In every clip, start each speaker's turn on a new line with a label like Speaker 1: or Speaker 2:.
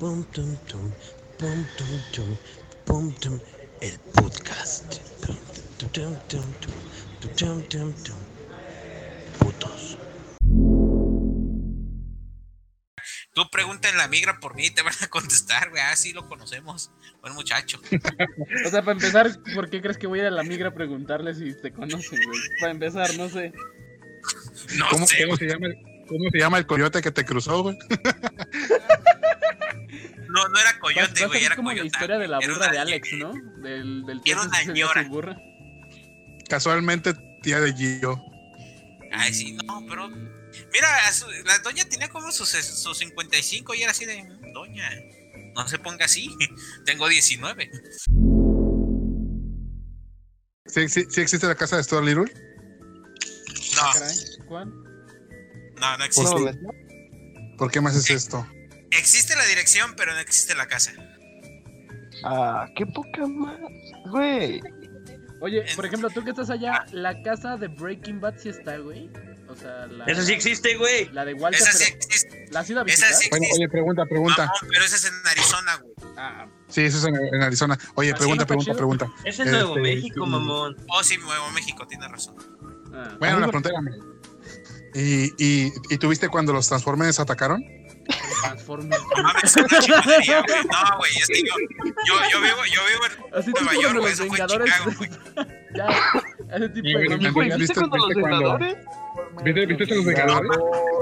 Speaker 1: Pum, tum, tum, pum, tum, tum, pum, tum, el podcast. Tum, tum, tum, tum, tum, tum, tum, tum. Putos.
Speaker 2: Tú pregunta en la migra por mí, te van a contestar, güey. Ah, sí, lo conocemos. Buen muchacho.
Speaker 3: O sea, para empezar, ¿por qué crees que voy a ir a la migra a preguntarle si te conocen, güey? Para empezar, no sé.
Speaker 2: No
Speaker 4: ¿Cómo,
Speaker 2: sé,
Speaker 4: cómo
Speaker 2: güey.
Speaker 4: se llama el, cómo se llama el coyote que te cruzó, güey?
Speaker 2: No, no era
Speaker 3: Va- va
Speaker 2: coyote,
Speaker 3: a
Speaker 2: güey.
Speaker 3: salir
Speaker 2: Era
Speaker 3: como la
Speaker 2: coyote.
Speaker 3: historia de la
Speaker 2: Era
Speaker 3: burra
Speaker 2: una
Speaker 3: de Alex, ¿no? Del, del
Speaker 2: Era
Speaker 3: tío
Speaker 2: una
Speaker 3: que se hizo
Speaker 2: ñora.
Speaker 3: su burra.
Speaker 4: Casualmente, tía de Gio.
Speaker 2: Ay, sí, no, pero. Mira, a su- la doña tenía como sus, eh, sus 55 y era así de. "Mm, Doña, no se ponga así. Tengo 19.
Speaker 4: ¿Sí, sí, sí existe la casa de Stuart Little?
Speaker 2: No,
Speaker 3: Ah, Caray, ¿cuál?
Speaker 2: no, no
Speaker 4: Pues
Speaker 2: existe.
Speaker 4: sí. ¿Por qué me haces esto?
Speaker 2: Existe la dirección, pero no existe la casa.
Speaker 5: Ah, qué poca más, güey.
Speaker 3: Oye, por ejemplo, tú que estás
Speaker 2: Ah.
Speaker 3: allá, la casa de Breaking Bad sí está, güey. O sea, la,
Speaker 6: Eso sí existe, güey.
Speaker 3: la de Walter,
Speaker 2: Esa sí
Speaker 3: pero
Speaker 2: existe.
Speaker 3: ¿la has ido a
Speaker 2: Esa
Speaker 3: visitar?
Speaker 2: sí
Speaker 4: Bueno,
Speaker 2: existe.
Speaker 4: oye, pregunta, pregunta.
Speaker 2: Mamón, pero esa es en Arizona, güey.
Speaker 3: Ah,
Speaker 4: Sí, eso es en, en Arizona. Oye,
Speaker 3: Así
Speaker 4: pregunta,
Speaker 3: no,
Speaker 4: pregunta,
Speaker 3: Pacheco.
Speaker 4: pregunta.
Speaker 6: Es en Nuevo
Speaker 4: Este,
Speaker 6: México,
Speaker 4: sí.
Speaker 6: mamón.
Speaker 2: Oh, sí, Nuevo México, tiene razón.
Speaker 3: ah.
Speaker 4: Bueno, la frontera. ¿Y, y, ¿Y tuviste cuando los Transformers atacaron?
Speaker 3: Transformers.
Speaker 2: No mames, es una chingonería, güey. No, güey, es que yo, yo, yo vivo, yo vivo en
Speaker 3: Así
Speaker 2: Nueva
Speaker 3: tipo
Speaker 2: York,
Speaker 3: cuando
Speaker 2: güey,
Speaker 3: los
Speaker 2: eso fue en
Speaker 3: Vengadores.
Speaker 2: Chicago, güey.
Speaker 3: ya, ese tipo
Speaker 4: Mira,
Speaker 3: de
Speaker 4: mira,
Speaker 3: cosas.
Speaker 4: mira.
Speaker 5: ¿Viste
Speaker 4: ¿Viste
Speaker 5: cuando los
Speaker 4: viste cuando-
Speaker 5: Vengadores?
Speaker 4: ¿Viste, viste a los Vengadores?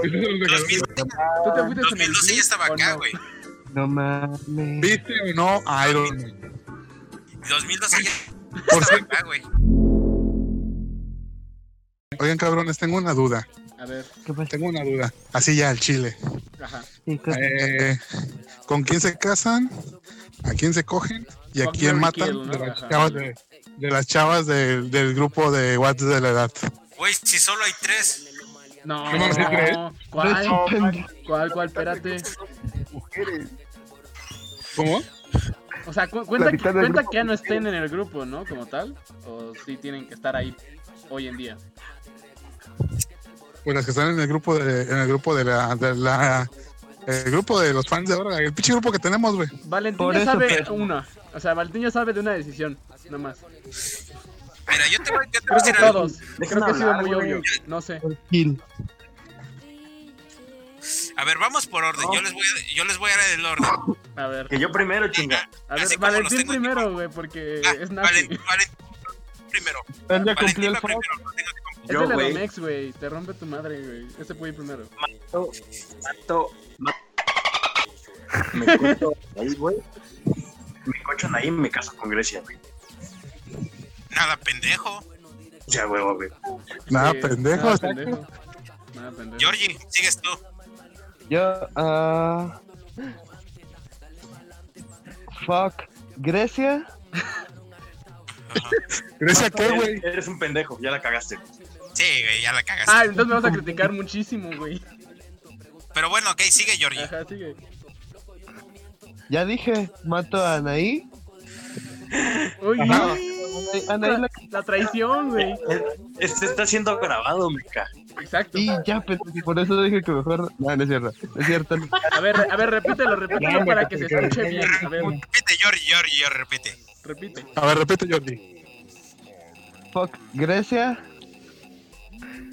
Speaker 4: ¿Viste a los Vengadores?
Speaker 2: 2000
Speaker 3: ¿Tú te fuiste en el
Speaker 2: 2012 ya
Speaker 3: Blitz
Speaker 2: estaba
Speaker 3: o
Speaker 2: acá,
Speaker 3: no?
Speaker 2: güey.
Speaker 5: No mames.
Speaker 4: ¿Viste o no a Iron Man?
Speaker 2: 2012 ya
Speaker 4: Por
Speaker 2: estaba
Speaker 4: cierto,
Speaker 2: acá, güey.
Speaker 4: oigan, cabrones, tengo una duda.
Speaker 3: A ver,
Speaker 5: ¿Qué pasa?
Speaker 4: Tengo una duda. Así ya, al chile.
Speaker 3: ajá.
Speaker 5: chicos?
Speaker 4: Eh, ¿Con quién se casan? ¿A quién se cogen? ¿Y a
Speaker 3: Fuck,
Speaker 4: quién
Speaker 3: marry,
Speaker 4: matan?
Speaker 3: kill, ¿no?
Speaker 4: De las
Speaker 3: Ajá.
Speaker 4: chavas, de, de las chavas del- del grupo de Whats de la Edad.
Speaker 2: Güey, si solo hay tres.
Speaker 3: No,
Speaker 4: No mames, ¿sí crees?
Speaker 3: no, ¿cuál?
Speaker 5: No,
Speaker 3: ¿Cuál, cuál? Espérate.
Speaker 4: ¿Cómo?
Speaker 3: O sea, cu-
Speaker 5: La
Speaker 3: cuenta,
Speaker 5: mitad
Speaker 3: que,
Speaker 5: del
Speaker 3: cuenta
Speaker 5: grupo.
Speaker 3: que ya no estén en el grupo, ¿no? Como tal. O sí tienen que estar ahí hoy en día.
Speaker 4: Pues las que están en el grupo de, en el grupo de la, de la- el grupo de los fans de ahora, el pinche grupo que tenemos, güey.
Speaker 3: Valentín
Speaker 5: Por
Speaker 3: ya
Speaker 5: eso,
Speaker 3: sabe
Speaker 5: pero-
Speaker 3: una. O sea, Valentín ya sabe de una decisión. Nada más.
Speaker 2: Mira, yo te voy, yo te voy a
Speaker 3: Creo que
Speaker 2: decir algo.
Speaker 3: todos. Creo que ha sido muy obvio. No sé.
Speaker 2: A ver, vamos por orden. Yo les voy a, yo les voy a dar el orden. Ah,
Speaker 3: A ver.
Speaker 6: Que yo primero, chinga.
Speaker 3: A ver,
Speaker 2: Así como
Speaker 3: Valentín
Speaker 2: los tengo
Speaker 3: primero, güey, porque
Speaker 2: Ah,
Speaker 3: Eh, es
Speaker 2: vale,
Speaker 3: nazi.
Speaker 2: vale, primero.
Speaker 5: Él ya
Speaker 2: Valentín
Speaker 5: cumplió el
Speaker 2: va
Speaker 5: favor.
Speaker 2: primero, no tengo que
Speaker 3: Es
Speaker 6: Yo,
Speaker 3: el
Speaker 6: güey.
Speaker 3: Edomex, güey. Te rompe tu madre, güey. Ese puede ir primero.
Speaker 6: Mato. ma- Me cocho ahí, güey. Me cochan ahí y me caso con Grecia, güey.
Speaker 2: Nada, pendejo.
Speaker 6: Ya, huevo, güey.
Speaker 4: Nada,
Speaker 3: Sí,
Speaker 4: pendejos.
Speaker 3: Nada, pendejo. Nada, pendejo.
Speaker 2: Georgie, sigues tú.
Speaker 5: Yo, ah. Fuck. Grecia.
Speaker 4: Grecia, ¿qué, güey?
Speaker 6: Eres, eres un pendejo, ya la cagaste.
Speaker 2: Sí, güey, ya la cagaste.
Speaker 3: Ah, entonces me vas a criticar muchísimo, güey.
Speaker 2: Pero bueno, ok, sigue Georgie.
Speaker 3: Ajá, sigue.
Speaker 5: Ya dije, mato a Anaí.
Speaker 3: Uy,
Speaker 4: Ajá.
Speaker 3: uy,
Speaker 5: Anaí la-
Speaker 3: la, la traición, güey.
Speaker 6: Este está siendo grabado, meca.
Speaker 3: Exacto.
Speaker 5: Y ya, pendejo, por eso dije que mejor. No, no es cierto. No es cierto.
Speaker 3: A ver, a ver, repítelo, repítelo
Speaker 4: Ya,
Speaker 3: para
Speaker 4: me
Speaker 3: que se
Speaker 4: criticaron.
Speaker 3: escuche bien. A ver,
Speaker 2: Repite, Georgie, Georgie, Georgie, repite.
Speaker 3: repite.
Speaker 4: A ver, repite, Jordi.
Speaker 5: Fuck. Grecia.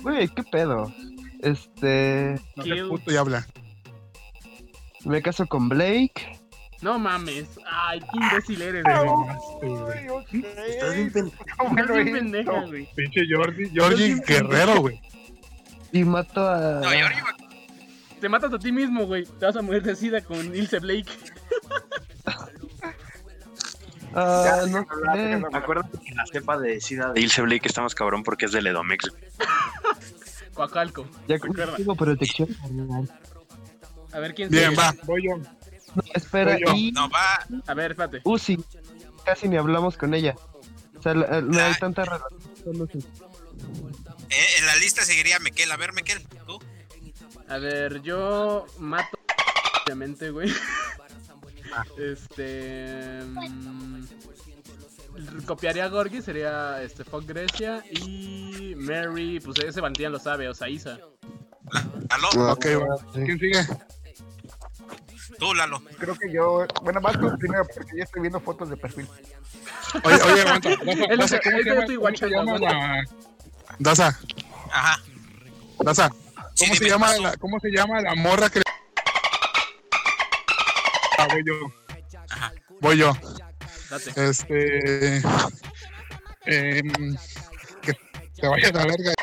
Speaker 5: Güey, qué pedo. Este.
Speaker 4: No
Speaker 3: Kill.
Speaker 4: seas puto y habla.
Speaker 5: Me caso con Blake.
Speaker 3: No mames. Ay, qué imbécil eres, güey.
Speaker 6: Estás bien pendejo.
Speaker 3: Estás bien pendeja, güey.
Speaker 4: Pinche Jordi,
Speaker 3: Jordi,
Speaker 4: Jordi Guerrero, güey.
Speaker 5: Y mato a.
Speaker 2: No, Georgie va
Speaker 3: Te matas a ti mismo, güey. Te vas a morir de sida con Ilse Blake.
Speaker 5: Ah, no sé.
Speaker 6: Acuérdate que la cepa de sida de Ilse Blake está más cabrón porque es del Edomex. güey.
Speaker 3: Coacalco.
Speaker 5: Ya
Speaker 3: Recuerda.
Speaker 5: tengo protección.
Speaker 3: A ver quién
Speaker 4: Bien,
Speaker 3: sigue.
Speaker 4: va. Voy yo.
Speaker 5: No, espera,
Speaker 4: Soy yo.
Speaker 5: y
Speaker 2: No, va.
Speaker 3: A ver, espérate.
Speaker 5: Uzi. Casi ni hablamos con ella. O sea, la- no hay
Speaker 2: Ah.
Speaker 5: tanta relación con Uzi.
Speaker 2: eh, en la lista seguiría Mekel. A ver, Mekel, tú.
Speaker 3: A ver, yo mato. Obviamente, güey. Este. mm, copiaría a Gorgi, sería este Fuck Grecia. Y Mary, pues ese Valentín lo sabe, o sea, Isa.
Speaker 2: Aló.
Speaker 4: Ok, va. ¿Quién sigue?
Speaker 2: Tú, Lalo.
Speaker 7: Creo que yo. Bueno, vas tú primero, porque yo estoy viendo fotos de perfil.
Speaker 4: Oye, oye, aguanta.
Speaker 3: Él
Speaker 4: Daza,
Speaker 3: es-
Speaker 4: ¿cómo
Speaker 3: él
Speaker 4: se
Speaker 3: es tu
Speaker 4: llama- cómo se
Speaker 3: guachalo,
Speaker 4: llama la- Daza,
Speaker 2: Ajá.
Speaker 4: Daza,
Speaker 2: Sí,
Speaker 4: ¿cómo se
Speaker 2: dime,
Speaker 4: llama
Speaker 2: pasó.
Speaker 4: la, cómo se llama la morra que le- Ah, voy yo.
Speaker 2: Ajá.
Speaker 4: Voy yo.
Speaker 3: Date.
Speaker 4: Este. em, que te vayas a la verga.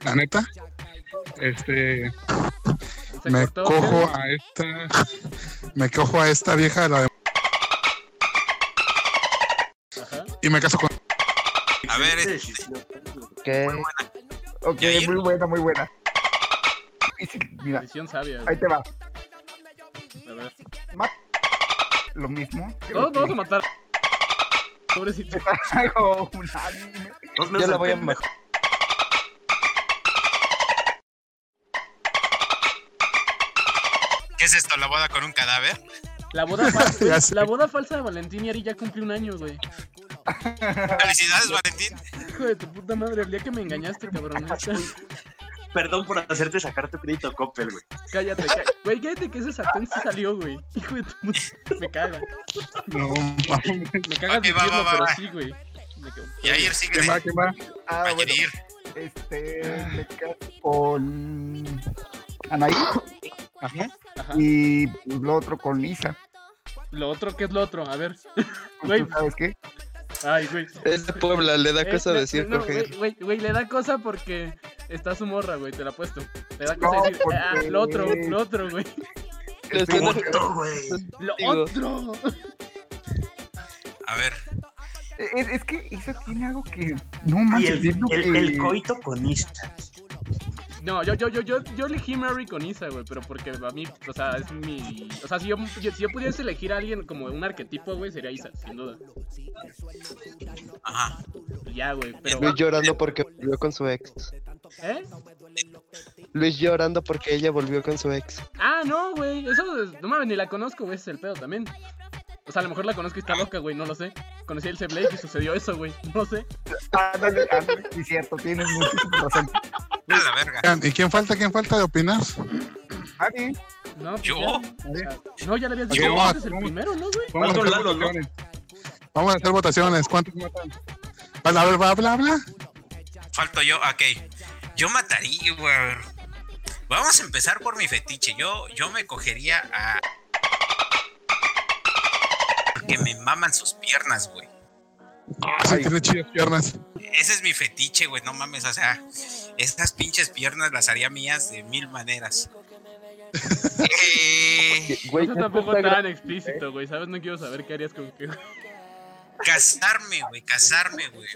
Speaker 4: La neta. Este.
Speaker 3: Se
Speaker 4: me
Speaker 3: cortó,
Speaker 4: cojo
Speaker 3: ¿qué?
Speaker 4: a esta. Me cojo a esta vieja la de-
Speaker 3: Ajá.
Speaker 4: y me caso con.
Speaker 2: A ver,
Speaker 6: Excelente
Speaker 2: es-
Speaker 6: decisión.
Speaker 7: ¿Qué? Ok,
Speaker 2: Yair.
Speaker 7: muy buena, muy buena. Y sí, Mira,
Speaker 3: Decisión sabia.
Speaker 7: ahí
Speaker 3: güey.
Speaker 7: te va.
Speaker 3: A ver.
Speaker 7: Lo mismo.
Speaker 3: Todos vamos a matar. Pobrecito.
Speaker 7: Hago un anime.
Speaker 6: Dos
Speaker 5: Yo
Speaker 6: meses
Speaker 5: la voy a
Speaker 6: de-
Speaker 5: matar.
Speaker 2: ¿Qué es esto? ¿La boda con un cadáver?
Speaker 3: La boda, falsa,
Speaker 4: Ya sé.
Speaker 3: la boda falsa de Valentín y Ari ya cumplió un año, güey.
Speaker 2: Felicidades, Valentín.
Speaker 3: Hijo de tu puta madre, el día que me engañaste, cabrón. neta.
Speaker 6: Perdón por hacerte sacarte crédito, Coppel, güey.
Speaker 3: Cállate, cállate. Güey, cállate que ese sartén se salió, güey. Hijo de tu puta. Me caga.
Speaker 4: No, mames.
Speaker 3: Me
Speaker 2: Ok,
Speaker 3: cagas
Speaker 2: va,
Speaker 3: decirlo,
Speaker 2: va, va,
Speaker 3: pero
Speaker 2: va.
Speaker 3: sí, güey. Me cago.
Speaker 2: Y ayer sigue
Speaker 4: ¿Qué
Speaker 2: de
Speaker 4: más? ¿Qué más?
Speaker 7: Ah, bueno,
Speaker 2: ayer.
Speaker 7: este. Me caso con. Anaí
Speaker 4: Ajá.
Speaker 3: Ajá.
Speaker 7: y pues, lo otro con Isa.
Speaker 3: Lo otro, ¿qué es lo otro? A ver. Güey.
Speaker 7: Pues, ¿Tú sabes qué?
Speaker 3: Ay, güey.
Speaker 5: Es de Puebla, le da
Speaker 3: Eh,
Speaker 5: cosa
Speaker 3: no,
Speaker 5: decir
Speaker 3: no,
Speaker 5: Jorge.
Speaker 3: güey, güey, güey, le da cosa porque está su morra, güey, te la apuesto. Le da cosa
Speaker 7: No,
Speaker 3: decir, ah,
Speaker 7: porque-
Speaker 3: lo otro, lo otro, güey.
Speaker 5: Le están-
Speaker 6: Puto, güey.
Speaker 3: Lo
Speaker 5: Digo.
Speaker 3: otro.
Speaker 2: A ver,
Speaker 7: Es, es que Isa tiene algo que. No
Speaker 6: Y
Speaker 7: manches,
Speaker 6: el,
Speaker 7: es lo
Speaker 6: el,
Speaker 7: que-
Speaker 6: el coito con Insta.
Speaker 3: No, yo, yo, yo, yo, yo elegí Mary con Isa, güey, pero porque a mí, o sea, es mi. O sea, si yo, yo- si yo pudiese elegir a alguien como un arquetipo, güey, sería Isa, sin duda.
Speaker 2: ajá.
Speaker 3: Ya, güey, pero.
Speaker 5: Luis llorando porque volvió con su ex.
Speaker 3: ¿Eh?
Speaker 5: Luis llorando porque ella volvió con su ex.
Speaker 3: Ah, no, güey, eso es- no mames, ni la conozco, güey, ese es el pedo también. O sea, a lo mejor la conozco y está loca, güey, no lo sé. Conocí a Ilse Blake y sucedió eso, güey, no sé.
Speaker 7: Ándale, ándale, sí, cierto, tienes muchísima razón.
Speaker 2: A la verga.
Speaker 4: Oigan, ¿Y quién falta? ¿Quién falta de opinar?
Speaker 7: Ah, bien.
Speaker 3: No, pues
Speaker 2: ¿Yo?
Speaker 3: ya. Ah, No, ya le habías
Speaker 4: Yo,
Speaker 3: dicho que
Speaker 4: ah,
Speaker 3: es el
Speaker 4: ¿cómo?
Speaker 3: primero, ¿no, güey?
Speaker 4: Vamos a
Speaker 6: Falta
Speaker 4: hacer
Speaker 6: Lalo, ¿no?
Speaker 4: votaciones. Vamos a hacer votaciones. ¿Cuántos matan? Vale, a ver, va, habla, habla.
Speaker 2: Falto yo, ok. Yo mataría, güey. Vamos a empezar por mi fetiche. Yo, yo me cogería a. Porque me maman sus piernas, güey.
Speaker 4: Ah, sí, tiene chidas piernas.
Speaker 2: Ese es mi fetiche, güey. No mames, o sea, esas pinches piernas las haría mías de mil maneras. Eh,
Speaker 5: Güey,
Speaker 3: Eso
Speaker 5: esto
Speaker 3: tampoco
Speaker 5: está
Speaker 3: tan explícito, güey, ¿sabes? No quiero saber qué harías con qué, güey.
Speaker 2: casarme, güey, casarme, güey.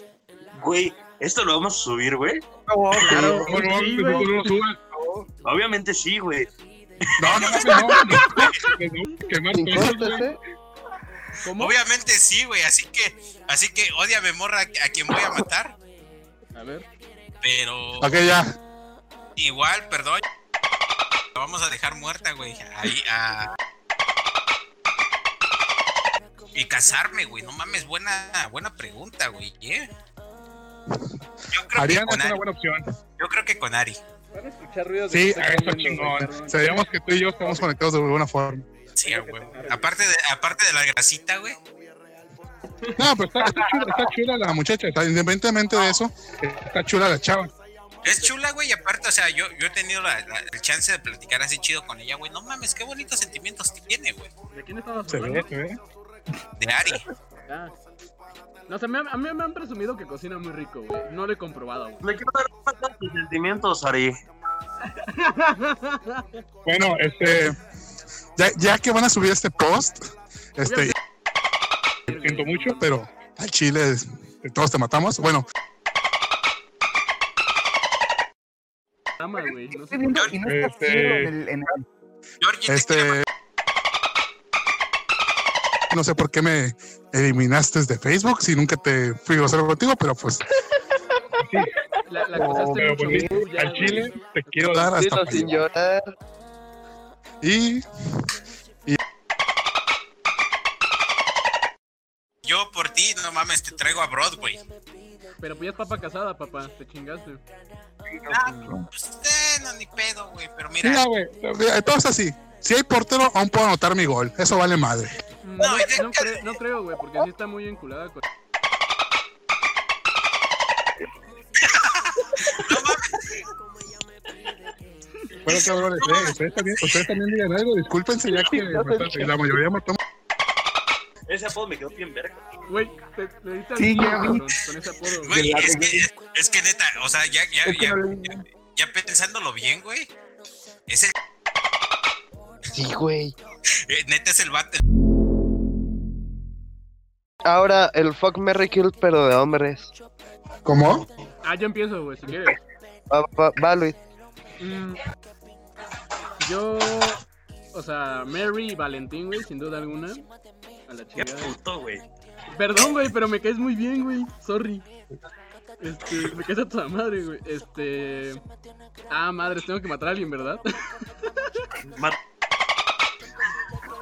Speaker 6: Güey, esto lo vamos a subir, güey.
Speaker 7: No,
Speaker 3: Claro,
Speaker 4: No, no,
Speaker 3: sí,
Speaker 4: no,
Speaker 3: güey.
Speaker 4: no lo subas.
Speaker 6: Obviamente sí, güey.
Speaker 4: No, no, no, no. Que no, que más
Speaker 5: sin
Speaker 4: cosas,
Speaker 5: cortes,
Speaker 4: güey.
Speaker 5: ¿eh?
Speaker 3: ¿Cómo?
Speaker 2: Obviamente sí, güey. Así que, así que odiame, morra, a quien voy a matar.
Speaker 3: A ver.
Speaker 2: Pero
Speaker 4: Ok, ya.
Speaker 2: igual, perdón. La vamos a dejar muerta, güey. Ahí, a... Y casarme, güey. No mames, buena, buena pregunta, güey. ¿eh? Yo, creo que
Speaker 4: Ariana
Speaker 2: con
Speaker 4: es una
Speaker 2: Ari,
Speaker 4: buena opción.
Speaker 2: yo creo que con Ari.
Speaker 3: Van a escuchar ruidos
Speaker 4: Sí, a eso chingón. Sabíamos que tú y yo estamos conectados de alguna forma.
Speaker 2: Sí, a huevo. Aparte de, aparte de la grasita, güey.
Speaker 4: No, pero está, está chula, está chula la muchacha. Está- Independientemente de eso, está chula la chava.
Speaker 2: Es chula, güey, y aparte, o sea, yo, yo he tenido la, la- el chance de platicar así chido con ella, güey. No mames, qué bonitos sentimientos tiene, güey.
Speaker 3: ¿De quién estabas
Speaker 4: Se ve,
Speaker 3: hablando?
Speaker 4: se ve.
Speaker 2: De Ari.
Speaker 3: Ah. No, sé, me han- a mí me han presumido que cocina muy rico, güey. No lo he comprobado, güey.
Speaker 6: Me quiero dar cuenta de tus sentimientos, Ari.
Speaker 4: Bueno, este. Ya, ya que van a subir este post, este, siento mucho, pero al chile es- todos te matamos. Bueno,
Speaker 3: Ama, güey. No sé.
Speaker 7: estoy viendo y no está
Speaker 4: Este-
Speaker 7: ciego en el- en el-
Speaker 2: Georgie, te quiero-
Speaker 4: Este. No sé por qué me eliminaste de Facebook si nunca te fui grosero contigo, pero pues
Speaker 3: La, la cruzaste
Speaker 4: pero
Speaker 3: mucho,
Speaker 4: pues sí,
Speaker 3: güey, ya,
Speaker 4: al
Speaker 3: güey.
Speaker 4: chile te quiero dar hasta.
Speaker 5: Dilo sin llorar.
Speaker 4: Y
Speaker 2: yo por ti, no mames, te traigo a Broadway.
Speaker 3: Pero pues ya es papa casada, papá. Te chingaste.
Speaker 2: Pues, eh, bueno, ni pedo, güey. Pero mira,
Speaker 4: Mira, güey. Entonces así. Si hay portero, aún puedo anotar mi gol. Eso vale madre.
Speaker 3: Mm, No,
Speaker 2: No, es de-
Speaker 3: no, creo- no creo, güey, porque sí está muy enculada con.
Speaker 4: Bueno, cabrones, eh, ustedes también, ustedes también digan algo. Discúlpense ya que la mayoría matamos.
Speaker 6: Ese apodo me quedó bien verga.
Speaker 3: Güey, te- le diste al
Speaker 7: Sí,
Speaker 3: clavo,
Speaker 7: ya vi.
Speaker 3: cabrón, con ese apodo. güey.
Speaker 2: güey, es que, es que neta, o sea, ya, ya,
Speaker 7: Es que
Speaker 2: ya,
Speaker 7: no le-
Speaker 2: ya- ya pensándolo bien, güey. Es el,
Speaker 5: Sí, güey.
Speaker 2: eh, neta es el vato.
Speaker 5: Ahora el fuck Merry Kill, pero de hombres.
Speaker 4: ¿Cómo?
Speaker 3: Ah, yo empiezo, güey, si quieres.
Speaker 5: Va, va, va, Luis.
Speaker 3: Mm, yo. O sea, Mary y Valentín, güey, sin duda alguna. A la
Speaker 6: Qué
Speaker 3: chingada.
Speaker 6: puto, güey.
Speaker 3: Perdón, güey, pero me caes muy bien, güey. Sorry. Este, me caes a toda madre, güey. Este. Ah, madres, tengo que matar a alguien, ¿verdad?
Speaker 6: Mat-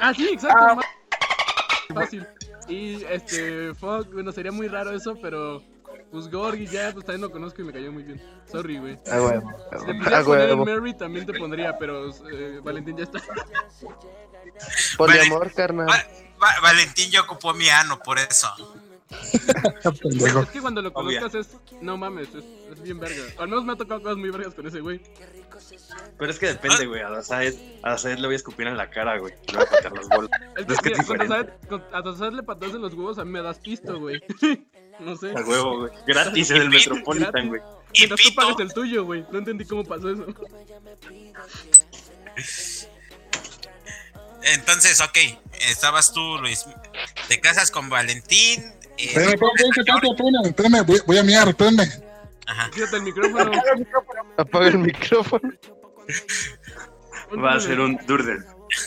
Speaker 3: ah, sí, exacto. ma- Fácil. Y este, fuck, bueno, sería muy raro eso, pero. Pues Gorgi ya, pues también lo conozco y me cayó muy bien. Sorry, güey.
Speaker 5: A huevo.
Speaker 3: Si te
Speaker 5: A
Speaker 3: pudiera poner
Speaker 5: huevo.
Speaker 3: Mary también te pondría, pero eh, Valentín ya está.
Speaker 5: Poliamor, carnal.
Speaker 2: Va- Va- Valentín ya ocupó mi ano, por eso.
Speaker 3: Güey,
Speaker 4: Pendejo.
Speaker 3: Es que cuando lo
Speaker 2: Obvio.
Speaker 3: conozcas es. No mames, es, es bien verga. Al menos me ha tocado cosas muy vergas con ese güey.
Speaker 6: Pero es que depende, güey. A Saed, a Saed le voy a escupir en la cara, güey. Le voy a patear las bolas.
Speaker 3: Es
Speaker 6: Es que
Speaker 3: que, mira,
Speaker 6: es
Speaker 3: cuando
Speaker 6: diferente.
Speaker 3: sabes- con- a pasarle patadas en los huevos a mí me das pisto, güey. no sé.
Speaker 6: A huevo, güey. Gratis en el Metropolitan, güey.
Speaker 2: Y
Speaker 3: Mientras tú
Speaker 2: pito.
Speaker 3: pagas el tuyo, güey. No entendí cómo pasó eso.
Speaker 2: Entonces, ok, estabas tú, Luis. Te casas con Valentín. eh,
Speaker 4: Espérame, espérame, espérame, espérame, espérame, voy, voy a miar, espérame.
Speaker 2: ajá.
Speaker 3: Fíjate el micrófono.
Speaker 5: Apaga el micrófono.
Speaker 6: Va a ser un Durden.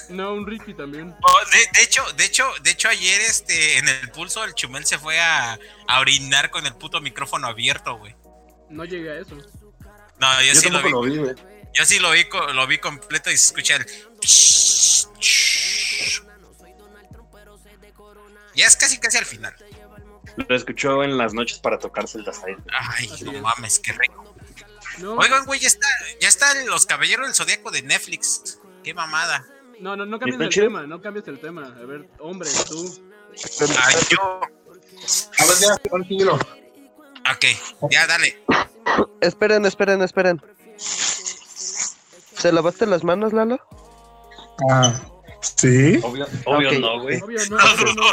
Speaker 3: No, un Ricky también.
Speaker 2: Oh, de, de hecho, de hecho, de hecho ayer este en el pulso el Chumel se fue a, a orinar con el puto micrófono abierto, güey.
Speaker 3: No llegué a eso.
Speaker 2: No, yo,
Speaker 6: Yo
Speaker 2: sí lo
Speaker 6: tampoco
Speaker 2: vi.
Speaker 6: lo vi, güey.
Speaker 2: Yo sí lo vi, co- lo vi completo y se escucha el Ya es casi casi al final.
Speaker 6: Lo escuchó en las noches para tocarse el de Saed.
Speaker 2: Ay,
Speaker 3: Así
Speaker 2: no
Speaker 3: es.
Speaker 2: mames, qué rico.
Speaker 3: No,
Speaker 2: Oigan, güey, ya está, ya están los caballeros del zodiaco de Netflix. Qué mamada.
Speaker 3: no, no, no cambies
Speaker 6: ¿Está
Speaker 3: el
Speaker 6: chido?
Speaker 3: tema. No cambies el tema. A ver, hombre, tú.
Speaker 2: Ay, yo.
Speaker 4: A ver, ya, tranquilo.
Speaker 2: Ok, ya dale.
Speaker 5: Esperen, esperen, esperen. ¿Se lavaste las manos, Lalo?
Speaker 4: Ah, sí.
Speaker 6: Obvio, obvio
Speaker 5: Ok.
Speaker 6: no, güey.
Speaker 3: Obvio, no. obvio, no.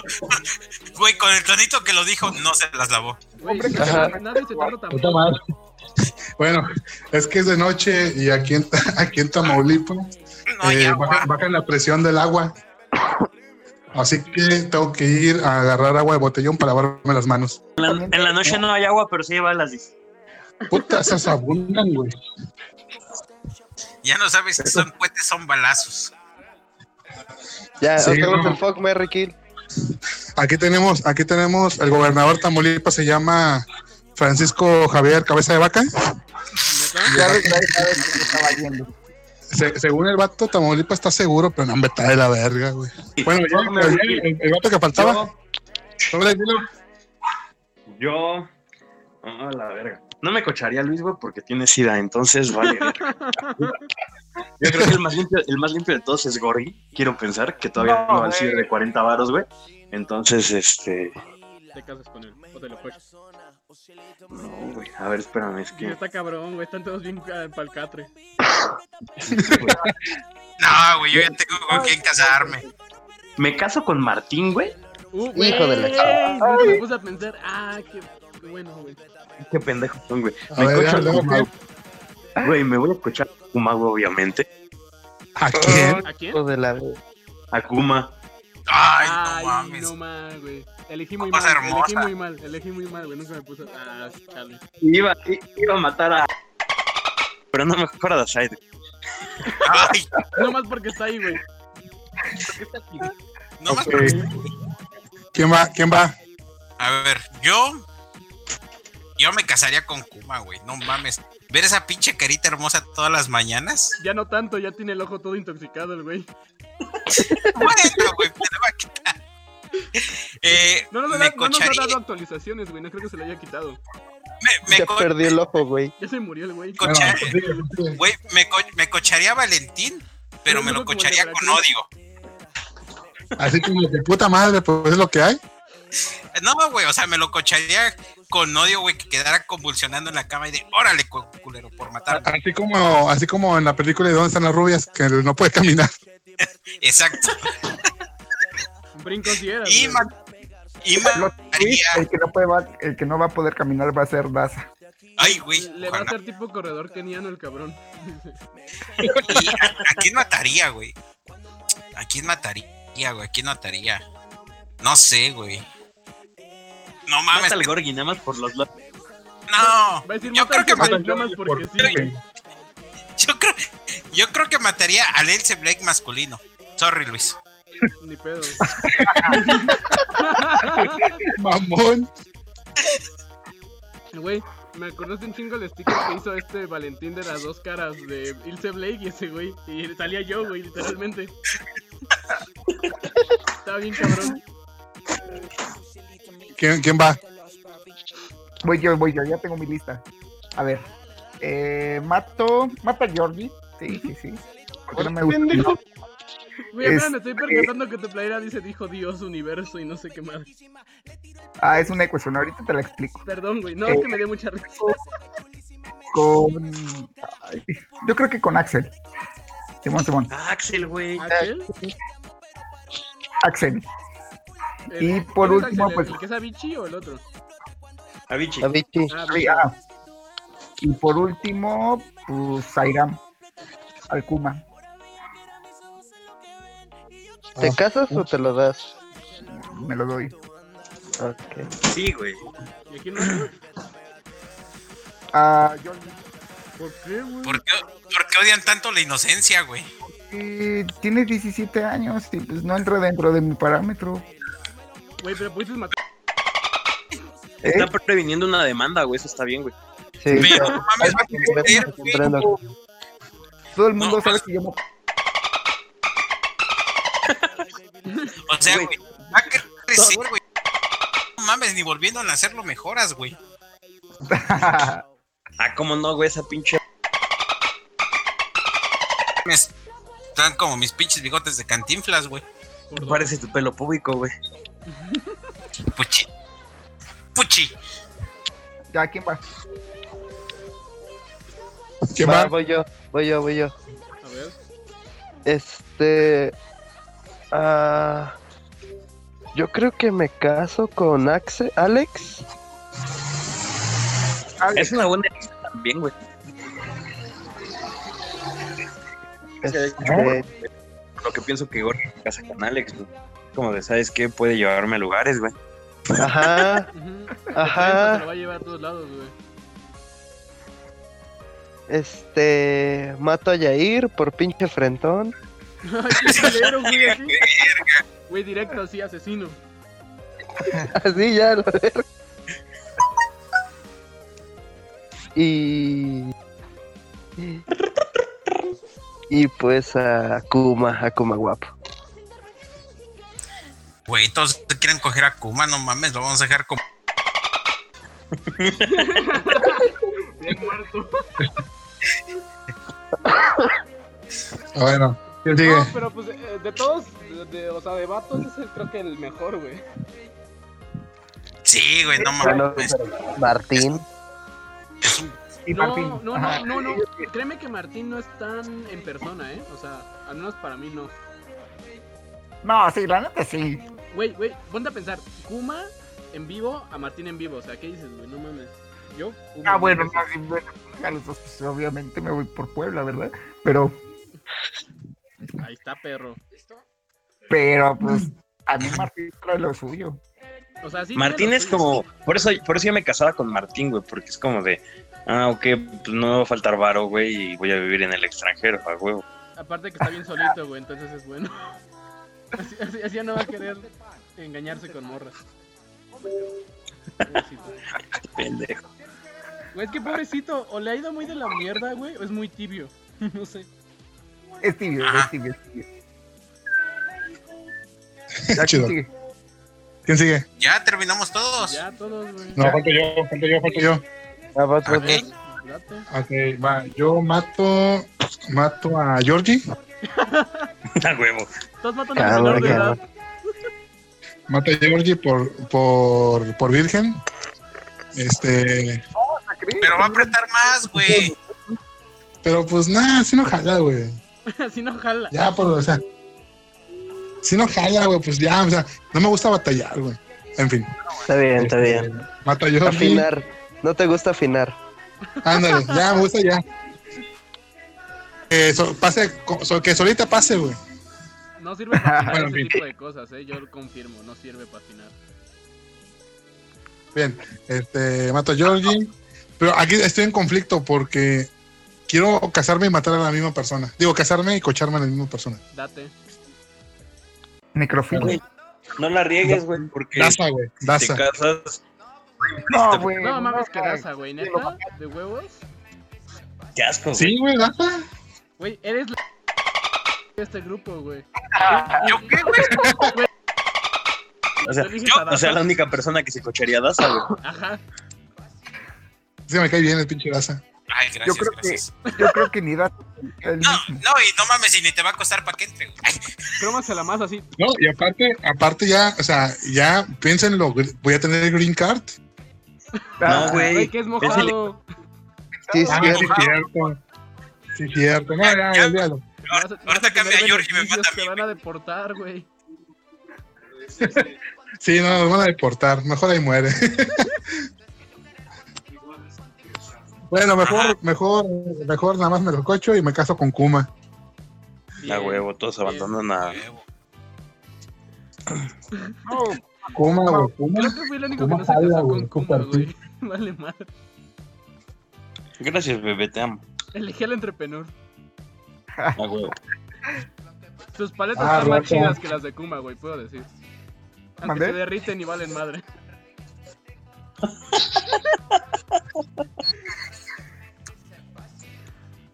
Speaker 2: Güey, con el tonito que lo dijo, no se las lavó.
Speaker 3: Güey,
Speaker 7: Hombre,
Speaker 5: Ajá.
Speaker 3: nadie- nadie se tarda tan
Speaker 4: Puta madre. Bueno, es que es de noche y aquí en, aquí en Tamaulipas
Speaker 2: No,
Speaker 4: eh,
Speaker 2: ya,
Speaker 4: baja, baja la presión del agua. Así que tengo que ir a agarrar agua de botellón para lavarme las manos.
Speaker 6: En la, en la noche no hay agua, pero sí lleva las 10.
Speaker 4: Puta, esas abundan, güey.
Speaker 2: ya no sabes si son puentes, son balazos.
Speaker 5: Ya,
Speaker 4: Sí,
Speaker 5: hacemos
Speaker 4: no.
Speaker 5: el fuck Merry Kill.
Speaker 4: Aquí tenemos, aquí tenemos, el gobernador de Tamaulipas se llama Francisco Javier Cabeza de Vaca.
Speaker 3: ¿Neta?
Speaker 7: Ya ves, nadie sabe que me estaba yendo.
Speaker 4: Se- según el vato, Tamaulipas está seguro, pero no me está de la verga, güey. Bueno, ya, pero ya, el, el vato que faltaba. Sobre, dilo.
Speaker 6: Yo. Ah, la verga. No me cocharía a Luis, güey, porque tiene sida, entonces vale. verga. Yo creo que el más limpio, el más limpio de todos es Gorgi. Quiero pensar que todavía
Speaker 7: No,
Speaker 6: no, va al
Speaker 7: güey.
Speaker 6: sida de 40 varos, güey. Entonces, este.
Speaker 3: Te casas con él. O te lo juegas.
Speaker 6: No, güey. A ver, espérame, es que.
Speaker 3: Está cabrón, güey. Están todos bien ah, pa'l catre.
Speaker 2: No, güey, yo ya tengo con quién casarme.
Speaker 6: Me caso con Martín, güey.
Speaker 3: Uh,
Speaker 5: Hijo de
Speaker 3: güey,
Speaker 5: la
Speaker 3: no se Me puse a pensar, ah, qué qué bueno, güey.
Speaker 6: Qué pendejo son, güey.
Speaker 4: A
Speaker 6: Me
Speaker 4: ver,
Speaker 6: cocho
Speaker 4: ya,
Speaker 6: al
Speaker 4: luego,
Speaker 6: Kumago. Güey, me voy a cochar a Kuma, güey, obviamente.
Speaker 4: ¿A quién?
Speaker 3: ¿A quién?
Speaker 5: Hijo de la.
Speaker 6: A Kuma.
Speaker 2: Ay,
Speaker 3: Ay,
Speaker 2: no mames.
Speaker 3: no mames, güey. Elegí muy mal,
Speaker 2: Cosa
Speaker 3: elegí
Speaker 2: hermosa.
Speaker 3: muy mal, elegí muy mal, güey. Nunca me puse. Ah, chale.
Speaker 6: Iba, i- iba a matar a. Pero no mejor a Dasaid.
Speaker 2: Ay,
Speaker 3: No más porque está ahí, güey.
Speaker 2: no más.
Speaker 4: Ok. ¿Quién va? ¿Quién va?
Speaker 2: A ver, yo. Yo me casaría con Kuma, güey. No mames. Ver esa pinche carita hermosa todas las mañanas.
Speaker 3: Ya no tanto, ya tiene el ojo todo intoxicado el güey.
Speaker 2: Bueno, güey, me la va a quitar. Eh,
Speaker 3: No nos ha
Speaker 2: me
Speaker 3: dado, no nos ha
Speaker 2: cocharía.
Speaker 3: dado actualizaciones, güey. No creo que se lo haya quitado.
Speaker 2: me- me
Speaker 5: Ya
Speaker 2: co-
Speaker 5: perdí el ojo, güey.
Speaker 3: Ya se murió el güey.
Speaker 2: Co-
Speaker 4: Ah, sí, sí.
Speaker 2: güey, me, co- me cocharía a Valentín, pero
Speaker 3: Pero
Speaker 2: me
Speaker 3: no
Speaker 2: lo
Speaker 3: como el de
Speaker 2: cocharía con
Speaker 3: Veracruz.
Speaker 2: odio.
Speaker 4: Así como de puta madre, pues es lo que hay.
Speaker 2: No, güey, o sea, me lo cocharía con odio, güey, que quedara convulsionando en la cama y de, órale, cu- culero, por matarme.
Speaker 4: Así como, así como en la película de dónde están las rubias, que no puede caminar.
Speaker 2: Exacto.
Speaker 3: Brincos y eras.
Speaker 2: Y,
Speaker 3: güey.
Speaker 2: ma- y mataría.
Speaker 7: El que, no puede va- el que no va a poder caminar va a ser Daza.
Speaker 2: Ay, güey.
Speaker 3: Le va a
Speaker 2: ojalá.
Speaker 3: hacer tipo corredor keniano el cabrón.
Speaker 2: ¿Y a, a quién mataría, güey? ¿A quién mataría, güey? ¿A quién mataría? No sé, güey. No mames.
Speaker 6: Mata al Gorgi, nada más por los lados.
Speaker 2: No.
Speaker 3: Va a decir,
Speaker 2: Yo creo, que,
Speaker 3: "Mata
Speaker 2: ma-
Speaker 3: al güey, nada más porque sí, güey.
Speaker 2: yo, creo, yo creo que mataría al Else Blake masculino. Sorry, Luis.
Speaker 3: Ni pedo.
Speaker 4: Mamón.
Speaker 3: Güey, me acordaste un chingo el sticker que hizo este Valentín de las dos caras de Ilse Blake y ese güey. Y salía yo, güey, literalmente. Estaba bien cabrón.
Speaker 4: ¿Quién, quién va?
Speaker 7: Voy yo, voy yo, ya tengo mi lista. A ver. Eh, mato. Mata a Georgie. Sí, sí, sí. Porque no me gusta.
Speaker 5: Pendejo.
Speaker 3: Güey, mira, me
Speaker 7: Este-
Speaker 3: estoy percatando que tu playera dice dijo Dios, universo y no sé qué más.
Speaker 7: Ah, es una ecuación. Ahorita te la explico.
Speaker 3: Perdón, güey, no, es que me dio mucha risa.
Speaker 7: Con. ay, Yo creo que con Axel. Simón, Simón.
Speaker 6: Axel, güey.
Speaker 4: ¿Eh?
Speaker 3: ¿Aquel?
Speaker 7: Axel.
Speaker 3: El-
Speaker 7: Y por
Speaker 3: ¿quién es Axel?
Speaker 7: último,
Speaker 3: ¿El-
Speaker 7: pues-
Speaker 3: ¿El que es Avicii o el otro?
Speaker 6: Avicii.
Speaker 5: Avicii.
Speaker 3: Ah,
Speaker 7: Ay, ah. Y por último, pues Airam. Al Kuma.
Speaker 5: ¿Te casas o te lo das?
Speaker 7: Me lo doy.
Speaker 5: Ok.
Speaker 6: Sí, güey.
Speaker 3: ¿Y aquí no? ¿Por
Speaker 7: A Georgie.
Speaker 3: qué, güey?
Speaker 2: ¿Por qué, por qué odian tanto la inocencia, güey?
Speaker 7: Eh, Tienes 17 años y pues no entra dentro de mi parámetro.
Speaker 3: Güey, pero pudiste matar.
Speaker 7: ¿eh?
Speaker 6: Está previniendo una demanda, güey. Eso está bien, güey.
Speaker 5: Sí.
Speaker 2: Pero no mames,
Speaker 5: Ahí va, comprendo, comprendo.
Speaker 7: Todo el mundo
Speaker 2: No,
Speaker 7: sabe que yo no-
Speaker 2: o sea, güey, va a crecer, güey. No mames, ni volviendo a hacerlo mejoras, güey.
Speaker 6: Ah, cómo no, güey. Esa pinche.
Speaker 2: Me están como mis pinches bigotes de cantinflas, güey.
Speaker 3: Por dos.
Speaker 6: Parece tu pelo público, güey.
Speaker 2: Puchi. Puchi.
Speaker 7: Ya, ¿quién va?
Speaker 4: ¿Quién
Speaker 5: Va,
Speaker 4: va?
Speaker 5: voy yo, voy yo, voy yo.
Speaker 3: A ver.
Speaker 5: Este. ah, yo creo que me caso con Axe, Alex.
Speaker 6: Es una buena lista también, güey.
Speaker 5: Este,
Speaker 6: Lo que pienso que Gorgi casa con Alex, güey. Como de, ¿sabes qué? Puede llevarme a lugares, güey.
Speaker 5: ajá,
Speaker 3: Ujú. Se lo
Speaker 5: ajá.
Speaker 3: va a llevar a todos lados, güey.
Speaker 5: Este. Mato a Yair por pinche frentón.
Speaker 3: Ay, qué culero, güey, así. Güey, directo así, asesino.
Speaker 5: Así ya, la verga. Y. Y pues a Kuma, a Kuma guapo.
Speaker 2: Güey, todos se quieren coger a Kuma, no mames, lo vamos a dejar como.
Speaker 3: Bien muerto.
Speaker 4: Ah, Bueno, ¿quién sigue?
Speaker 3: No, pero pues eh, de todos, de, de- o sea, de vatos es el, creo que el mejor, güey.
Speaker 2: Sí, güey, no
Speaker 5: Bueno,
Speaker 2: mames.
Speaker 5: Martín.
Speaker 7: Y
Speaker 3: No,
Speaker 7: Martín.
Speaker 3: no, no,
Speaker 7: Ajá.
Speaker 3: no, no. Créeme que Martín no es tan en persona, ¿eh? O sea, al menos para mí no.
Speaker 7: No, sí, la neta sí.
Speaker 3: Güey, güey, ponte a pensar. Kuma en vivo a Martín en vivo. O sea, ¿qué dices, güey? No mames. Yo. Kuma,
Speaker 7: Ah, bueno,
Speaker 3: no.
Speaker 7: no, sí, bueno, a los dos, pues, obviamente me voy por Puebla, ¿verdad? Pero,
Speaker 3: Ahí está, perro.
Speaker 7: pero, pues, a mí Martín trae lo suyo.
Speaker 3: O sea, sí.
Speaker 6: Martín
Speaker 3: tiene lo
Speaker 6: es
Speaker 3: suyo.
Speaker 6: como. Por eso, por eso yo me casaba con Martín, güey, porque es como de. Ah, ok, pues no me va a faltar varo, güey, y voy a vivir en el extranjero, a huevo.
Speaker 3: Aparte que está bien solito, güey, entonces es bueno. Así, así, así ya no va a querer engañarse con morras. Pobrecito.
Speaker 6: Pendejo.
Speaker 3: Güey, es que pobrecito, o le ha ido muy de la mierda, güey, o es muy tibio. No sé.
Speaker 7: Es tibio,
Speaker 2: Ajá.
Speaker 7: es tibio, es tibio.
Speaker 4: Chido.
Speaker 7: Sigue.
Speaker 4: ¿Quién sigue?
Speaker 2: Ya terminamos todos.
Speaker 3: Ya todos, güey.
Speaker 4: No, falto yo, falto yo, falto yo.
Speaker 5: Ah, vas,
Speaker 7: Pues,
Speaker 5: vas,
Speaker 2: Ok.
Speaker 5: vas.
Speaker 3: Date.
Speaker 4: Ok, va, yo mato, mato a Georgie,
Speaker 6: A huevo.
Speaker 3: Estás matando a
Speaker 5: Cabrón,
Speaker 3: menor de edad.
Speaker 5: cabrón.
Speaker 4: mato a Georgie por, por, por virgen. Este,
Speaker 2: Pero va a apretar más, güey.
Speaker 4: pero pues nada, así no jala, güey.
Speaker 3: Así no jala.
Speaker 4: Ya, pues, o sea, si no jala, güey, pues ya, o sea, no me gusta batallar, güey. En fin, Este,
Speaker 5: Está bien, está bien.
Speaker 4: mato a Georgie.
Speaker 5: Afinar. No te gusta afinar.
Speaker 4: Ándale, ya, me gusta ya. Que so- pase, co- so- que solita pase, güey.
Speaker 3: No sirve para afinar
Speaker 4: Bueno, en
Speaker 3: ese
Speaker 4: fin.
Speaker 3: tipo de cosas, eh. Yo lo confirmo, no sirve para afinar.
Speaker 4: Bien, este, mato a Georgie. Pero aquí estoy en conflicto porque quiero casarme y matar a la misma persona. Digo, casarme y cocharme a la misma persona.
Speaker 3: Date.
Speaker 7: Necrofilia.
Speaker 6: No la riegues, güey, porque
Speaker 4: Daza, güey,
Speaker 6: te
Speaker 4: Daza.
Speaker 6: casas.
Speaker 7: No, güey.
Speaker 3: No mames, que
Speaker 7: güey.
Speaker 3: raza, güey, neta. De huevos.
Speaker 6: Qué asco, güey.
Speaker 4: Sí, güey, Daza.
Speaker 3: Güey, eres la. de este grupo, güey.
Speaker 2: ¿Yo qué, güey?
Speaker 6: O sea,
Speaker 3: Yo dije
Speaker 6: yo,
Speaker 3: Daza.
Speaker 6: o sea, la única persona que se cocharía a Daza, güey.
Speaker 3: Ajá.
Speaker 4: Sí, me cae bien el pinche Daza.
Speaker 2: Ay, gracias,
Speaker 7: Yo creo que-
Speaker 2: gracias.
Speaker 7: Yo creo que ni da el
Speaker 2: No,
Speaker 7: mismo.
Speaker 2: no, y no mames, y ni te va a costar para que entre, güey. Ay,
Speaker 3: Crómasela más así.
Speaker 4: No, y aparte, aparte ya, o sea, ya piénsenlo, gr- voy a tener el green card.
Speaker 6: No,
Speaker 3: Ah, Güey,
Speaker 6: Ah, güey.
Speaker 3: que es mojado.
Speaker 5: Sí, es
Speaker 4: Ah,
Speaker 5: cierto.
Speaker 4: sí, cierto. Sí, cierto. No, ya,
Speaker 2: Ya.
Speaker 4: olvídalo.
Speaker 3: Vas a-
Speaker 2: ahor-
Speaker 3: vas
Speaker 2: Ahorita
Speaker 3: tener
Speaker 2: cambia a George y me
Speaker 3: beneficios,
Speaker 2: mata a
Speaker 3: Te
Speaker 2: mí,
Speaker 3: van
Speaker 2: güey.
Speaker 3: a deportar, güey.
Speaker 4: Sí, no, nos van a deportar. Mejor ahí muere. bueno, mejor, mejor, mejor nada más me lo cocho y me caso con Kuma.
Speaker 6: A
Speaker 3: Bien.
Speaker 6: huevo, todos
Speaker 3: Bien.
Speaker 6: abandonan a.
Speaker 2: Huevo.
Speaker 7: No,
Speaker 4: Kuma, Ah, güey,
Speaker 3: Creo
Speaker 4: Kuma.
Speaker 3: que fui el único que
Speaker 4: Kuma
Speaker 3: no se
Speaker 4: jala,
Speaker 3: casó
Speaker 4: güey,
Speaker 3: con Kuma,
Speaker 4: compartí.
Speaker 3: güey. Vale, madre.
Speaker 6: Gracias, bebé, te amo.
Speaker 3: Elegí al entrepenor.
Speaker 6: A huevo.
Speaker 3: Tus paletas
Speaker 4: Ah,
Speaker 3: están más
Speaker 4: rato.
Speaker 3: chidas que las de Kuma, güey, puedo decir. Aunque
Speaker 7: ¿Mandé?
Speaker 3: se derriten y valen madre.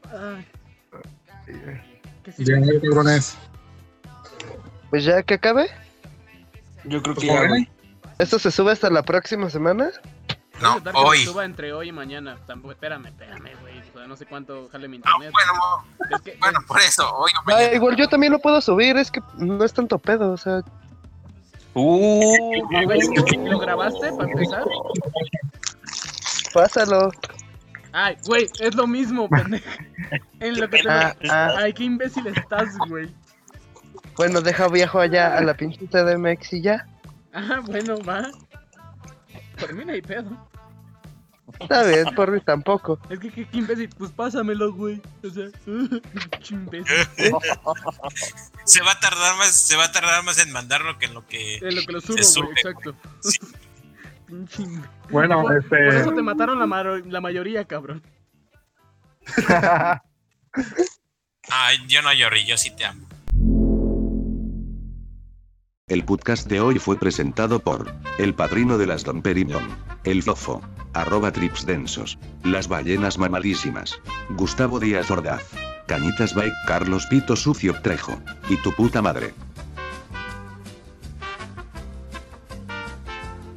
Speaker 3: Ay,
Speaker 7: eh,
Speaker 3: ¿qué sí?
Speaker 4: Bien, eh, cabrones.
Speaker 5: Pues ya que acabe.
Speaker 6: Yo creo
Speaker 4: Pues,
Speaker 6: que ya,
Speaker 4: ¿por
Speaker 6: güey.
Speaker 5: ¿Esto se sube hasta la próxima semana?
Speaker 3: Voy a
Speaker 2: No,
Speaker 3: intentar que
Speaker 2: hoy.
Speaker 3: se suba entre hoy y mañana. Tampoco, espérame, espérame, güey. O sea, no sé cuánto jale mi
Speaker 2: No,
Speaker 3: internet.
Speaker 2: bueno,
Speaker 3: Es que,
Speaker 2: bueno, por eso, hoy o
Speaker 5: Ah,
Speaker 2: mañana.
Speaker 5: igual yo también lo puedo subir, es que no es tanto pedo, o sea,
Speaker 6: Uh,
Speaker 3: güey, güey, ¿lo grabaste para empezar?
Speaker 5: pásalo.
Speaker 3: Ay, güey, es lo mismo, pendejo. En lo que te...
Speaker 5: Ah, ah,
Speaker 3: Ay, qué imbécil estás, güey.
Speaker 5: bueno, deja viajo allá a la pinche CDMX y ya.
Speaker 3: Ah, bueno, va. Por mí no hay pedo.
Speaker 5: Está bien, por mí tampoco.
Speaker 3: Es que qué, qué imbécil. Pues pásamelo, güey. O sea,
Speaker 2: Eh,
Speaker 3: pinche imbécil.
Speaker 2: Se va a tardar más, se va a tardar más en mandarlo que en lo que.
Speaker 3: Es lo que lo
Speaker 2: Se
Speaker 3: subo,
Speaker 2: sube,
Speaker 3: güey, exacto. Pinche imbécil.
Speaker 4: Bueno,
Speaker 3: Por-
Speaker 4: este-
Speaker 3: Por eso te mataron la, maro- la mayoría, cabrón.
Speaker 2: Ay, Ah, yo no lloré, yo sí te amo.
Speaker 8: El podcast de hoy fue presentado por El Padrino de las Don Periñón, El Fofo, arroba trips densos, Las Ballenas Mamadísimas, Gustavo Díaz Ordaz, Cañitas by Carlos Pito Sucio Trejo, y tu puta madre.